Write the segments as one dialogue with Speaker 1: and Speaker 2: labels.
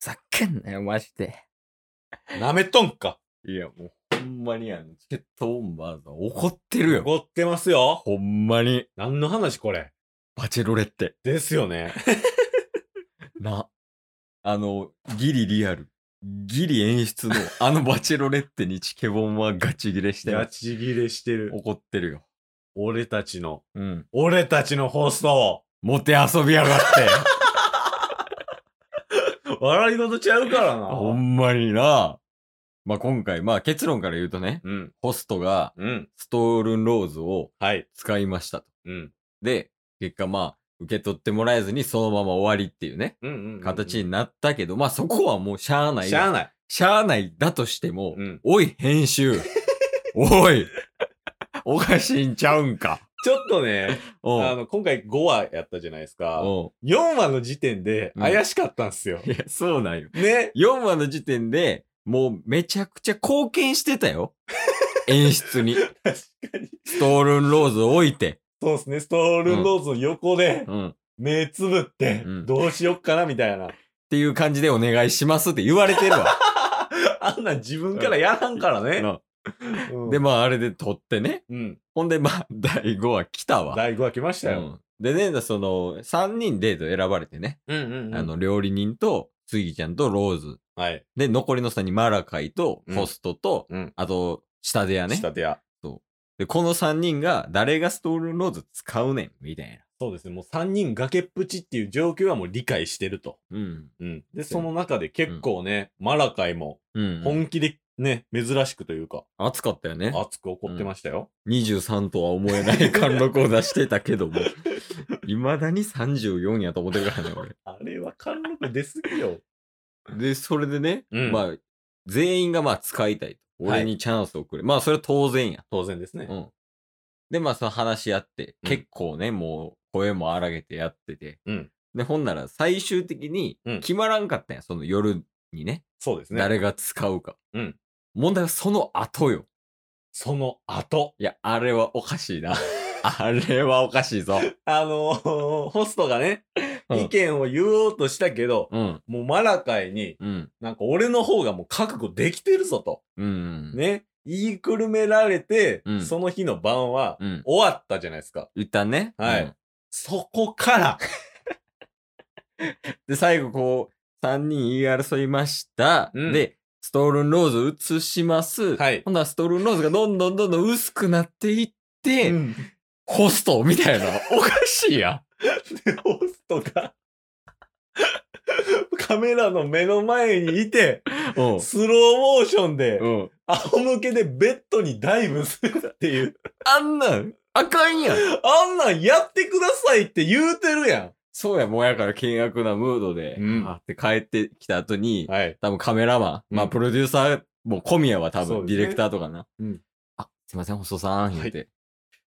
Speaker 1: ざっけんなよ、マジで。
Speaker 2: なめとんか。
Speaker 1: いや、もう、ほんまにあの、チケットオンバーズは怒ってるよ。
Speaker 2: 怒ってますよ。
Speaker 1: ほんまに。
Speaker 2: 何の話これ。
Speaker 1: バチェロレって。
Speaker 2: ですよね。
Speaker 1: な。あの、ギリリアル。ギリ演出の、あのバチェロレッテにチケボンはガチギレして
Speaker 2: ガ
Speaker 1: る。
Speaker 2: チギレしてる。
Speaker 1: 怒ってるよ。
Speaker 2: 俺たちの、
Speaker 1: うん。
Speaker 2: 俺たちの放送。
Speaker 1: モテ遊びやがって。
Speaker 2: 笑い事ちゃうからな。
Speaker 1: ほんまにな。まあ、今回、まあ、結論から言うとね、
Speaker 2: うん。
Speaker 1: ホストが
Speaker 2: うん。
Speaker 1: ストールンローズを
Speaker 2: はい。
Speaker 1: 使いましたと。
Speaker 2: うん。
Speaker 1: で、結果まあ、受け取ってもらえずにそのまま終わりっていうね、
Speaker 2: うんうん、うん。
Speaker 1: 形になったけど、まあそこはもうしゃあない。
Speaker 2: しゃあない。
Speaker 1: しゃあないだとしても、
Speaker 2: うん。
Speaker 1: おい、編集。おい、おかしいんちゃうんか。
Speaker 2: ちょっとね、
Speaker 1: お
Speaker 2: あ
Speaker 1: う
Speaker 2: の、今回5話やったじゃないですか。
Speaker 1: お
Speaker 2: 4話の時点で
Speaker 1: うん
Speaker 2: 怪しかったんすよ。
Speaker 1: ういや、そうなんよ。
Speaker 2: ね。
Speaker 1: 4話の時点で、もうめちゃくちゃ貢献してたよ。演出に。
Speaker 2: 確かに。
Speaker 1: ストールンローズを置いて。
Speaker 2: そうですね。ストールンローズの横で
Speaker 1: うん。っ
Speaker 2: 目つぶって
Speaker 1: うん
Speaker 2: どうしよっかなみたいな。
Speaker 1: ていう感じでお願いしますって言われてるわ。
Speaker 2: あんなん自分からやらんからね。
Speaker 1: なで、まああれで撮ってね。
Speaker 2: うん。
Speaker 1: ほんでまあ、第5話来たわ。
Speaker 2: 第5話来ましたよ。
Speaker 1: うんでね、その、3人デート選ばれてね。
Speaker 2: うんうんうん
Speaker 1: あの、料理人と、スギちゃんとローズ。
Speaker 2: はい。
Speaker 1: で、残りの3人、マラカイと、
Speaker 2: うん
Speaker 1: ホストと、
Speaker 2: うん
Speaker 1: あと、下手屋ね
Speaker 2: 仕。立て屋。
Speaker 1: で、この3人が、誰がストールンローズ使うねん、みたい
Speaker 2: そうですね。もう3人崖っぷちっていう状況はもう理解してると。
Speaker 1: な。うん。
Speaker 2: うん。で、その中で結構ね、マラカイも
Speaker 1: うん。
Speaker 2: 本気でね、珍しくというか、
Speaker 1: 熱かったよね。
Speaker 2: 熱く怒ってましたよ。
Speaker 1: 23とは思えない貫禄を出してたけど も、いまだに34やと思ってるからね、俺。
Speaker 2: あれは貫禄出すぎよ。
Speaker 1: で、それでね、
Speaker 2: うん
Speaker 1: まあ、全員がまあ使いたいと。
Speaker 2: はい
Speaker 1: 俺にチャンスをくれ。まあ、それは当然や。
Speaker 2: 当然ですね
Speaker 1: う。ん。で、まあ、その話し合って、
Speaker 2: うん
Speaker 1: 結構ね、もう声も荒げてやってて。
Speaker 2: うん
Speaker 1: で、ほんなら最終的に
Speaker 2: うん
Speaker 1: 決まらんかったんや、その夜にね。
Speaker 2: そうですね。
Speaker 1: 誰が使うか。
Speaker 2: うん
Speaker 1: 問題はその後よ。
Speaker 2: その後。
Speaker 1: いや、あれはおかしい な。あれはおかしいぞ。
Speaker 2: あのー ホストがね、
Speaker 1: うん
Speaker 2: 意見を言おうとしたけど、
Speaker 1: うん。
Speaker 2: もうマラカイに、
Speaker 1: うん。
Speaker 2: なんか俺の方がもう覚悟できてるぞと。
Speaker 1: うん。。
Speaker 2: ね。言いくるめられて、
Speaker 1: うん
Speaker 2: その日の晩は
Speaker 1: うん。
Speaker 2: 終わったじゃないですか。
Speaker 1: 一旦ね。
Speaker 2: はい
Speaker 1: うん
Speaker 2: そこから、
Speaker 1: で、最後こう、3人言い争いました。
Speaker 2: うん
Speaker 1: で、ストールンローズ移します。
Speaker 2: はい
Speaker 1: ほんならストールンローズがどんどんどんどん薄くなっていって、ホストみた いな。おかしいや
Speaker 2: でホストが、カメラの目の前にいて、
Speaker 1: ん。うん。
Speaker 2: スローモーションで、
Speaker 1: うん。
Speaker 2: 仰向けでベッドにダイブするっていう。
Speaker 1: あんなん、あかんやん。
Speaker 2: あんなんやってくださいって言うてるや
Speaker 1: そうや、もうやから険悪なムードで、
Speaker 2: うん
Speaker 1: あって帰ってきた後に
Speaker 2: ん。、はい。
Speaker 1: 多分カメラマン、ま
Speaker 2: う
Speaker 1: あ
Speaker 2: ん
Speaker 1: プロデューサー、もう小宮は多
Speaker 2: そう
Speaker 1: 分、
Speaker 2: です
Speaker 1: ディ
Speaker 2: ね
Speaker 1: レクターとかな。
Speaker 2: うん
Speaker 1: あ、すいません、細さん、言って。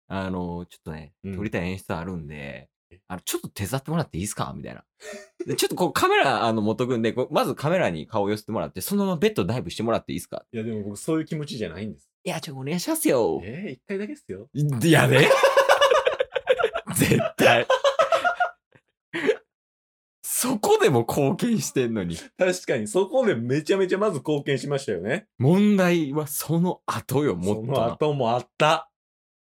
Speaker 1: あの、ちょっとね、
Speaker 2: うん
Speaker 1: 撮りたい演出あるんで、あの、ちょっと手伝ってもらっていいですかみたいな。でちょっとこうカメラ、あの、持っとくんで、こうまずカメラに顔を寄せてもらって、そのままベッドダイブしてもらっていいですか
Speaker 2: いや、でも僕そういう気持ちじゃないんです。
Speaker 1: いや、ちょ、お願いしますよ。
Speaker 2: ええ一回だけっすよ。
Speaker 1: いやね。 絶対。そこでも貢献してんのに。
Speaker 2: 確かに、そこでめちゃめちゃまず貢献しましたよね。
Speaker 1: 問題はその後よ、も
Speaker 2: そ
Speaker 1: っ
Speaker 2: の
Speaker 1: と。
Speaker 2: 後もあった。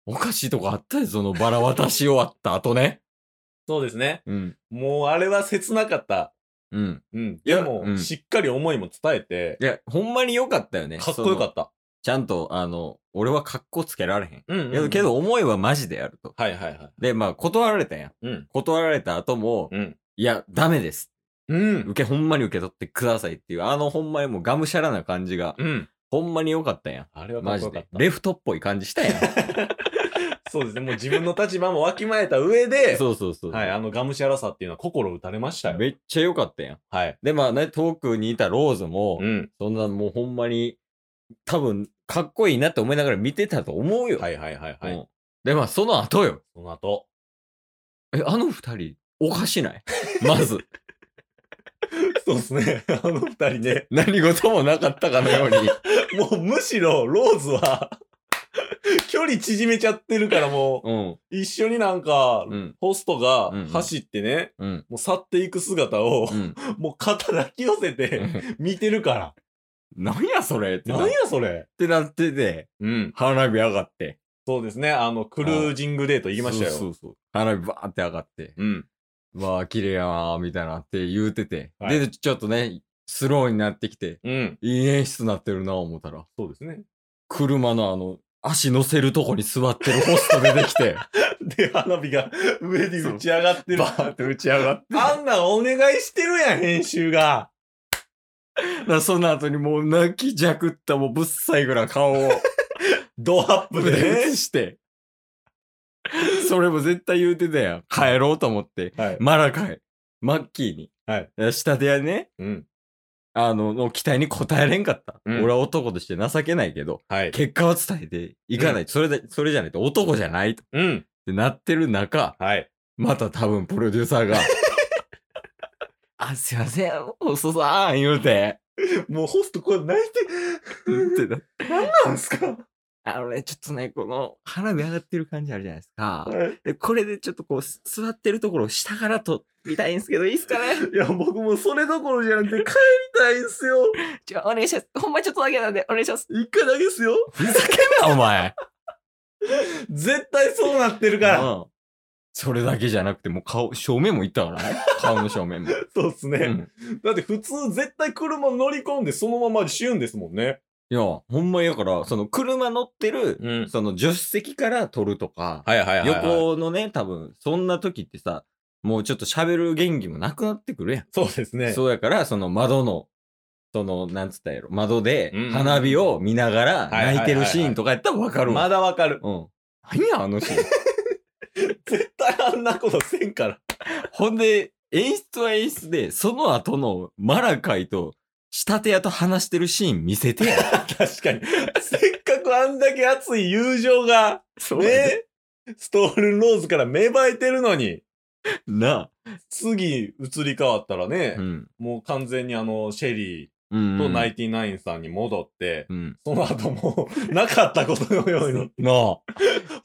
Speaker 1: おかしいとこあったよ、そのバラ渡し終わった後ね。
Speaker 2: そうですね。
Speaker 1: うん。
Speaker 2: もうあれは切なかった。
Speaker 1: うん。
Speaker 2: うん。
Speaker 1: いや
Speaker 2: でも、
Speaker 1: うん
Speaker 2: しっかり思いも伝えて、
Speaker 1: いや、ほんまに良かったよね。
Speaker 2: かっこよ
Speaker 1: た。
Speaker 2: かった。
Speaker 1: ちゃんと、あの、俺は格好つけられへん。
Speaker 2: うんうんうん
Speaker 1: いやけ、ど、思いはマジでやると。
Speaker 2: はいはいはい。
Speaker 1: で、まあ、断られたやん。
Speaker 2: うん。
Speaker 1: 断られた後も、
Speaker 2: うん。
Speaker 1: いや、ダメです。
Speaker 2: うん。
Speaker 1: 受け、ほんまに受け取ってくださいっていう、あの、ほんまにもうがむしゃらな感じが、
Speaker 2: うん。
Speaker 1: ほんまに良かったやん。
Speaker 2: あれはか
Speaker 1: マ
Speaker 2: っこ
Speaker 1: ジ
Speaker 2: よかっ
Speaker 1: で。
Speaker 2: た。
Speaker 1: レフトっぽい感じした やん。
Speaker 2: そうですね。もう自分の立場もわきまえた上 で、
Speaker 1: そうそうそう。
Speaker 2: はい、あのがむしゃらさっていうのは心打たれましたよ。
Speaker 1: めっちゃ良かったやん。
Speaker 2: はい。
Speaker 1: で、まあね、遠くにいたローズも、
Speaker 2: うん。
Speaker 1: そんなもうほんまに、多分、かっこいいなって思いながら見てたと思うよ。
Speaker 2: はいはいはいはい。
Speaker 1: うんで、まあ、その後よ。
Speaker 2: その後。
Speaker 1: え、あの二人、おかしない まず、
Speaker 2: そうですね。 あの二人ね。
Speaker 1: 何事もなかったかのように。
Speaker 2: もうむしろローズは 距離縮めちゃってるからも
Speaker 1: うん。
Speaker 2: う、一緒になんか、
Speaker 1: うん。
Speaker 2: ホストが走ってね、
Speaker 1: うん。
Speaker 2: もう去っていく姿を、
Speaker 1: うん。
Speaker 2: もう肩抱き寄せて見てるから。
Speaker 1: 何やそれってなっ
Speaker 2: なんやそれ。
Speaker 1: てなってて、
Speaker 2: うん。
Speaker 1: 花火上がって。
Speaker 2: そうですね。あの、クルージングデート行きましたよ。
Speaker 1: そうそうそう。花火バーって上がって、
Speaker 2: うん。
Speaker 1: わあ、綺麗やなーみたいなって言うてて、
Speaker 2: はい
Speaker 1: で、ちょっとね、スローになってきて、
Speaker 2: うん。
Speaker 1: いい演出になってるな思ったら、
Speaker 2: そうですね。
Speaker 1: 車のあの、足乗せるとこに座ってるホスト出てき て、
Speaker 2: で、花火が上に打ち上がってる。
Speaker 1: バーって打ち上が って。
Speaker 2: あんなんお願いしてるやん、編集が。
Speaker 1: なその後にもう泣きじゃくったもうぶっさいぐらい 顔を
Speaker 2: ドアッ プで
Speaker 1: 映
Speaker 2: ね。
Speaker 1: して。それも絶対言うてたやん。帰ろうと思って。
Speaker 2: はい。
Speaker 1: マラカイ、マッキーに。
Speaker 2: はい
Speaker 1: 下手やね、
Speaker 2: うん。
Speaker 1: あの、の期待に応えれんかった。
Speaker 2: うん
Speaker 1: 俺は男として情けないけど、
Speaker 2: はい。
Speaker 1: 結果は伝えていかない。それで、それじゃないと男じゃないと。っ
Speaker 2: うん。
Speaker 1: てなってる中、
Speaker 2: はい。
Speaker 1: また多分プロデューサーが。 あ、すいません、細さん、言うて。
Speaker 2: もうホストこれ泣い
Speaker 1: ってな
Speaker 2: て、なんなんすか
Speaker 1: あのね、ちょっとね、この花火上がってる感じあるじゃないですか。
Speaker 2: はい
Speaker 1: で、これでちょっとこう、す座ってるところを下からと見たいんですけど、いいですかね
Speaker 2: いや、僕もそれどころじゃなくて帰りたいんすよ。
Speaker 1: じゃあお願いします。ほんまちょっとだけなんで、お願いします。
Speaker 2: 一回だけですよ。
Speaker 1: ふざけんな、お前。
Speaker 2: 絶対そうなってるから。
Speaker 1: うんそれだけじゃなくて、もう顔、正面もいったからね。顔の正面 も。
Speaker 2: そうっすね、
Speaker 1: うん
Speaker 2: だって普通絶対車乗り込んでそのままシュンですもんね。
Speaker 1: いや、ほんまやから、その車乗ってる、
Speaker 2: うん。
Speaker 1: その助手席から撮るとか、
Speaker 2: はいはいはい、横。
Speaker 1: 横のね、多分、そんな時ってさ、もうちょっと喋る元気もなくなってくるやん。
Speaker 2: そうですね。
Speaker 1: そうやから、その窓の、その、なんつったらやろ、窓で
Speaker 2: うんうんうん
Speaker 1: 花火を見ながら
Speaker 2: いはいはいはい
Speaker 1: 泣いてるシーンとかやったらわかるわ。
Speaker 2: まだわか る。
Speaker 1: うん。何や、あのシーン。
Speaker 2: 絶対あんなことせんから。
Speaker 1: ほんで、演出は演出で、その後のマラカイと、仕立て屋と話してるシーン見せて や。
Speaker 2: 確かに。せっかくあんだけ熱い友情が、
Speaker 1: そ
Speaker 2: ね、ストールンローズから芽生えてるのに、
Speaker 1: な
Speaker 2: 次移り変わったらね
Speaker 1: あ。、うん。
Speaker 2: もう完全にあの、シェリ
Speaker 1: うん。
Speaker 2: ーとナインティナインさんに戻って、
Speaker 1: うん。
Speaker 2: その後もう、 なかったことのように、
Speaker 1: なあ。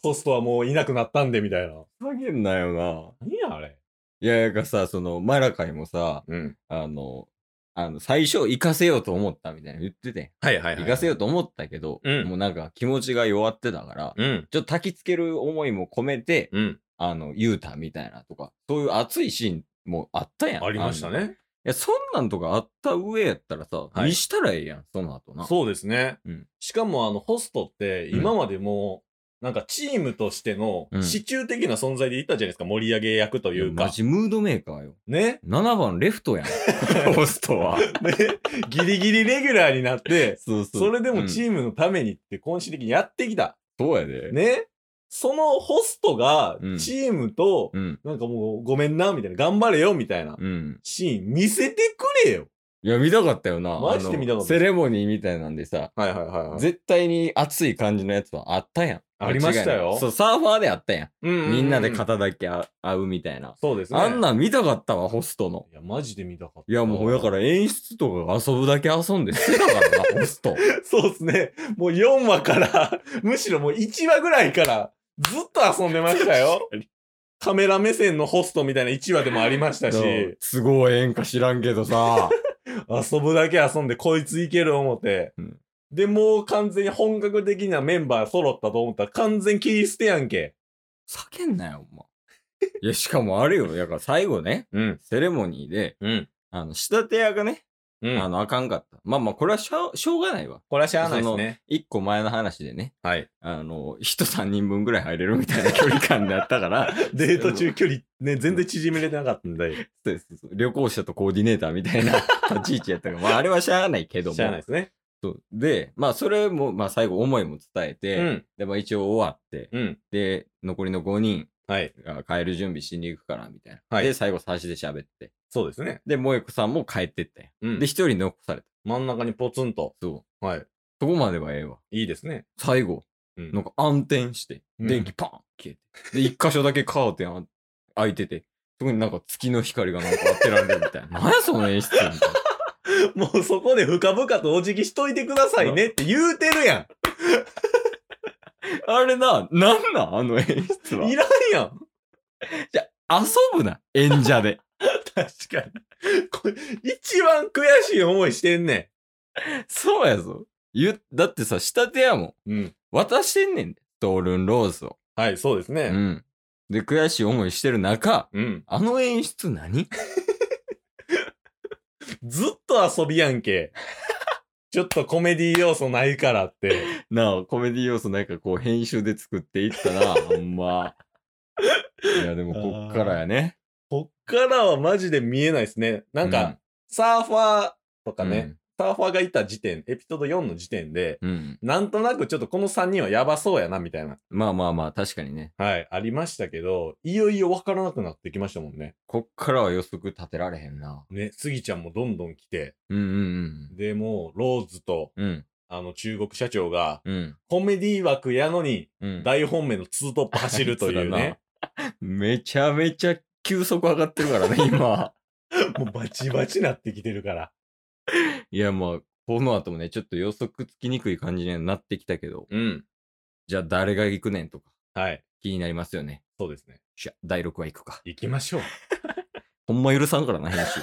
Speaker 2: ホストはもういなくなったんで、みたいな。
Speaker 1: ふざけんなよ
Speaker 2: 何やあれ。
Speaker 1: な。いや、やかさ、その、マラカイもさ、
Speaker 2: うん。
Speaker 1: あの、あの、最初、行かせようと思ったみたいなの言っててん。
Speaker 2: はいはい
Speaker 1: 行かせようと思ったけど、
Speaker 2: うん
Speaker 1: もうなんか気持ちが弱ってたから、
Speaker 2: うん。
Speaker 1: ちょっと焚きつける思いも込めて、
Speaker 2: うん。
Speaker 1: あの、言うたみたいなとか、そういう熱いシーンもあったやん。
Speaker 2: ありました
Speaker 1: のい
Speaker 2: ね。
Speaker 1: や、そんなんとかあった上やったらさ、
Speaker 2: はい
Speaker 1: 見したらええやん、その後な。
Speaker 2: そうですね。
Speaker 1: うん
Speaker 2: しかも、あの、ホストって、
Speaker 1: うん
Speaker 2: 今までもう、なんかチームとしての
Speaker 1: う、ん
Speaker 2: 支柱的な存在でいたじゃないですか、盛り上げ役と
Speaker 1: う
Speaker 2: いう
Speaker 1: マ
Speaker 2: か。
Speaker 1: ジムードメーカーよ。
Speaker 2: ね。
Speaker 1: 7番レフトやん。 ホストは。
Speaker 2: ねギリギリレギュラーになって、
Speaker 1: そうそう。
Speaker 2: それでもチ
Speaker 1: ーム、
Speaker 2: ームのためにって、今週的にやってきた。
Speaker 1: そうやで。
Speaker 2: ね。そのホストが
Speaker 1: う、ん
Speaker 2: チームと
Speaker 1: う、ん。
Speaker 2: なんかもう、ごめんな、みたいな、頑張れよ、みたいな
Speaker 1: うん。
Speaker 2: シーン見せてくれよ。
Speaker 1: いや、見たかったよな。
Speaker 2: マジで見たかった
Speaker 1: あのセレモニーみたいなんでさ、
Speaker 2: はいはいはいはい。
Speaker 1: 絶対に熱い感じのやつはあったやん。
Speaker 2: ありました
Speaker 1: 間
Speaker 2: よ
Speaker 1: 違いないそう、サーファーであったやん。
Speaker 2: ううう
Speaker 1: みんなで肩だけあ合うみたいな。
Speaker 2: そうですね。
Speaker 1: あんなん見たかったわ、ホストの。
Speaker 2: いや、マジで見たかった。
Speaker 1: いや、もう、だから演出とかが遊ぶだけ遊んで捨てたからな、 ホスト。
Speaker 2: そうですね。もう4話から、 むしろもう1話ぐらいから、ずっと遊んでました よ。カメラ目線のホストみたいな1話でもありましたし、
Speaker 1: そう都合ええんか知らんけどさ。
Speaker 2: 遊ぶだけ遊んでこいついける思って。
Speaker 1: うん
Speaker 2: で、もう完全に本格的なメンバー揃ったと思ったら完全切り捨てやんけ。
Speaker 1: 叫んなよ、お前。いや、しかもあれよ。だから最後ね、
Speaker 2: うん。
Speaker 1: セレモニーで、
Speaker 2: うん。
Speaker 1: あの、仕立て屋がね、
Speaker 2: う
Speaker 1: あの、あかんかった。まあまあ、これはしょう、しょうがないわ。
Speaker 2: これはしゃあないですね。
Speaker 1: 一個前の話でね、
Speaker 2: はい。
Speaker 1: あの、人3人分ぐらい入れるみたいな距離感だった から、
Speaker 2: デート中距離ね、全然縮めれてなかったんで。
Speaker 1: そうですそう旅行者とコーディネーターみた いな立ち位置やったから、まあ、あれはしゃあないけども。
Speaker 2: しゃあないですね。
Speaker 1: そうで、まあ、それも、まあ、最後、思いも伝えて、
Speaker 2: うん。
Speaker 1: で、まあ、一応終わって、
Speaker 2: うん。
Speaker 1: で、残りの5人
Speaker 2: はい。
Speaker 1: が帰る準備しに行くから、みたいな。
Speaker 2: はい
Speaker 1: で、最後、差しで喋って。
Speaker 2: そうですね。
Speaker 1: で、萌子さんも帰ってったよ。
Speaker 2: うん
Speaker 1: で、一人残された。
Speaker 2: 真ん中にポツンと。
Speaker 1: そう。
Speaker 2: はい。
Speaker 1: そこまではええわ。
Speaker 2: いいですね。
Speaker 1: 最後、
Speaker 2: うん
Speaker 1: なんか暗転して、
Speaker 2: うん
Speaker 1: 電気パン消えて。で、一箇所だけカーテンあ開いてて、そこになんか月の光がなんか当てられるみたい な。何やその演出みたいな。
Speaker 2: もうそこで深々とお辞儀しといてくださいねって言うてるやん。
Speaker 1: あれな、なんなんあの演出は。
Speaker 2: いらんやん。
Speaker 1: 遊ぶな、演者で。
Speaker 2: 確かに。これ、一番悔しい思いしてんね
Speaker 1: そうやぞ。言う、だってさ、下手やもん。
Speaker 2: ん。うん。
Speaker 1: 渡してんねんで。トールンローズを。
Speaker 2: はい、そうです
Speaker 1: う
Speaker 2: ね。
Speaker 1: ん。で、悔しい思いしてる中、
Speaker 2: うん。
Speaker 1: あの演出何
Speaker 2: ずっと遊びやん け。ちょっとコメディ要素ないからって。
Speaker 1: なあ、コメディ要素なんかこう編集で作っていったな、ほん ま。いや、でもこっからやね。
Speaker 2: こっからはマジで見えないですね。なんか、
Speaker 1: うん
Speaker 2: サーファーとかね、サーファーがいた時点、エピソード4の時点で、
Speaker 1: うん。うん。
Speaker 2: なんとなくちょっとこの3人はやばそうやな、みたいな。
Speaker 1: まあまあまあ、確かにね。
Speaker 2: はい、ありましたけど、いよいよ分からなくなってきましたもんね。
Speaker 1: こっからは予測立てられへんな。
Speaker 2: ね、スギちゃんもどんどん来て、
Speaker 1: うんうん
Speaker 2: でもう、ローズと、
Speaker 1: うん。うん。
Speaker 2: あの、中国社長が、
Speaker 1: うん。
Speaker 2: コメディ枠やのに、
Speaker 1: うん。
Speaker 2: 大本命のツートップ走ると いう ね。
Speaker 1: めちゃめちゃ急速上がってるからね、 今。
Speaker 2: もうバチバチなってきてるから。
Speaker 1: いや、まあ、この後もね、ちょっと予測つきにくい感じにはなってきたけど、
Speaker 2: うん。
Speaker 1: じゃあ誰が行くねんとか
Speaker 2: はい。
Speaker 1: 気になりますよね。
Speaker 2: そうですね。
Speaker 1: じゃあ第6話行くか。
Speaker 2: 行きましょう。
Speaker 1: ほんま許さんからな、編集。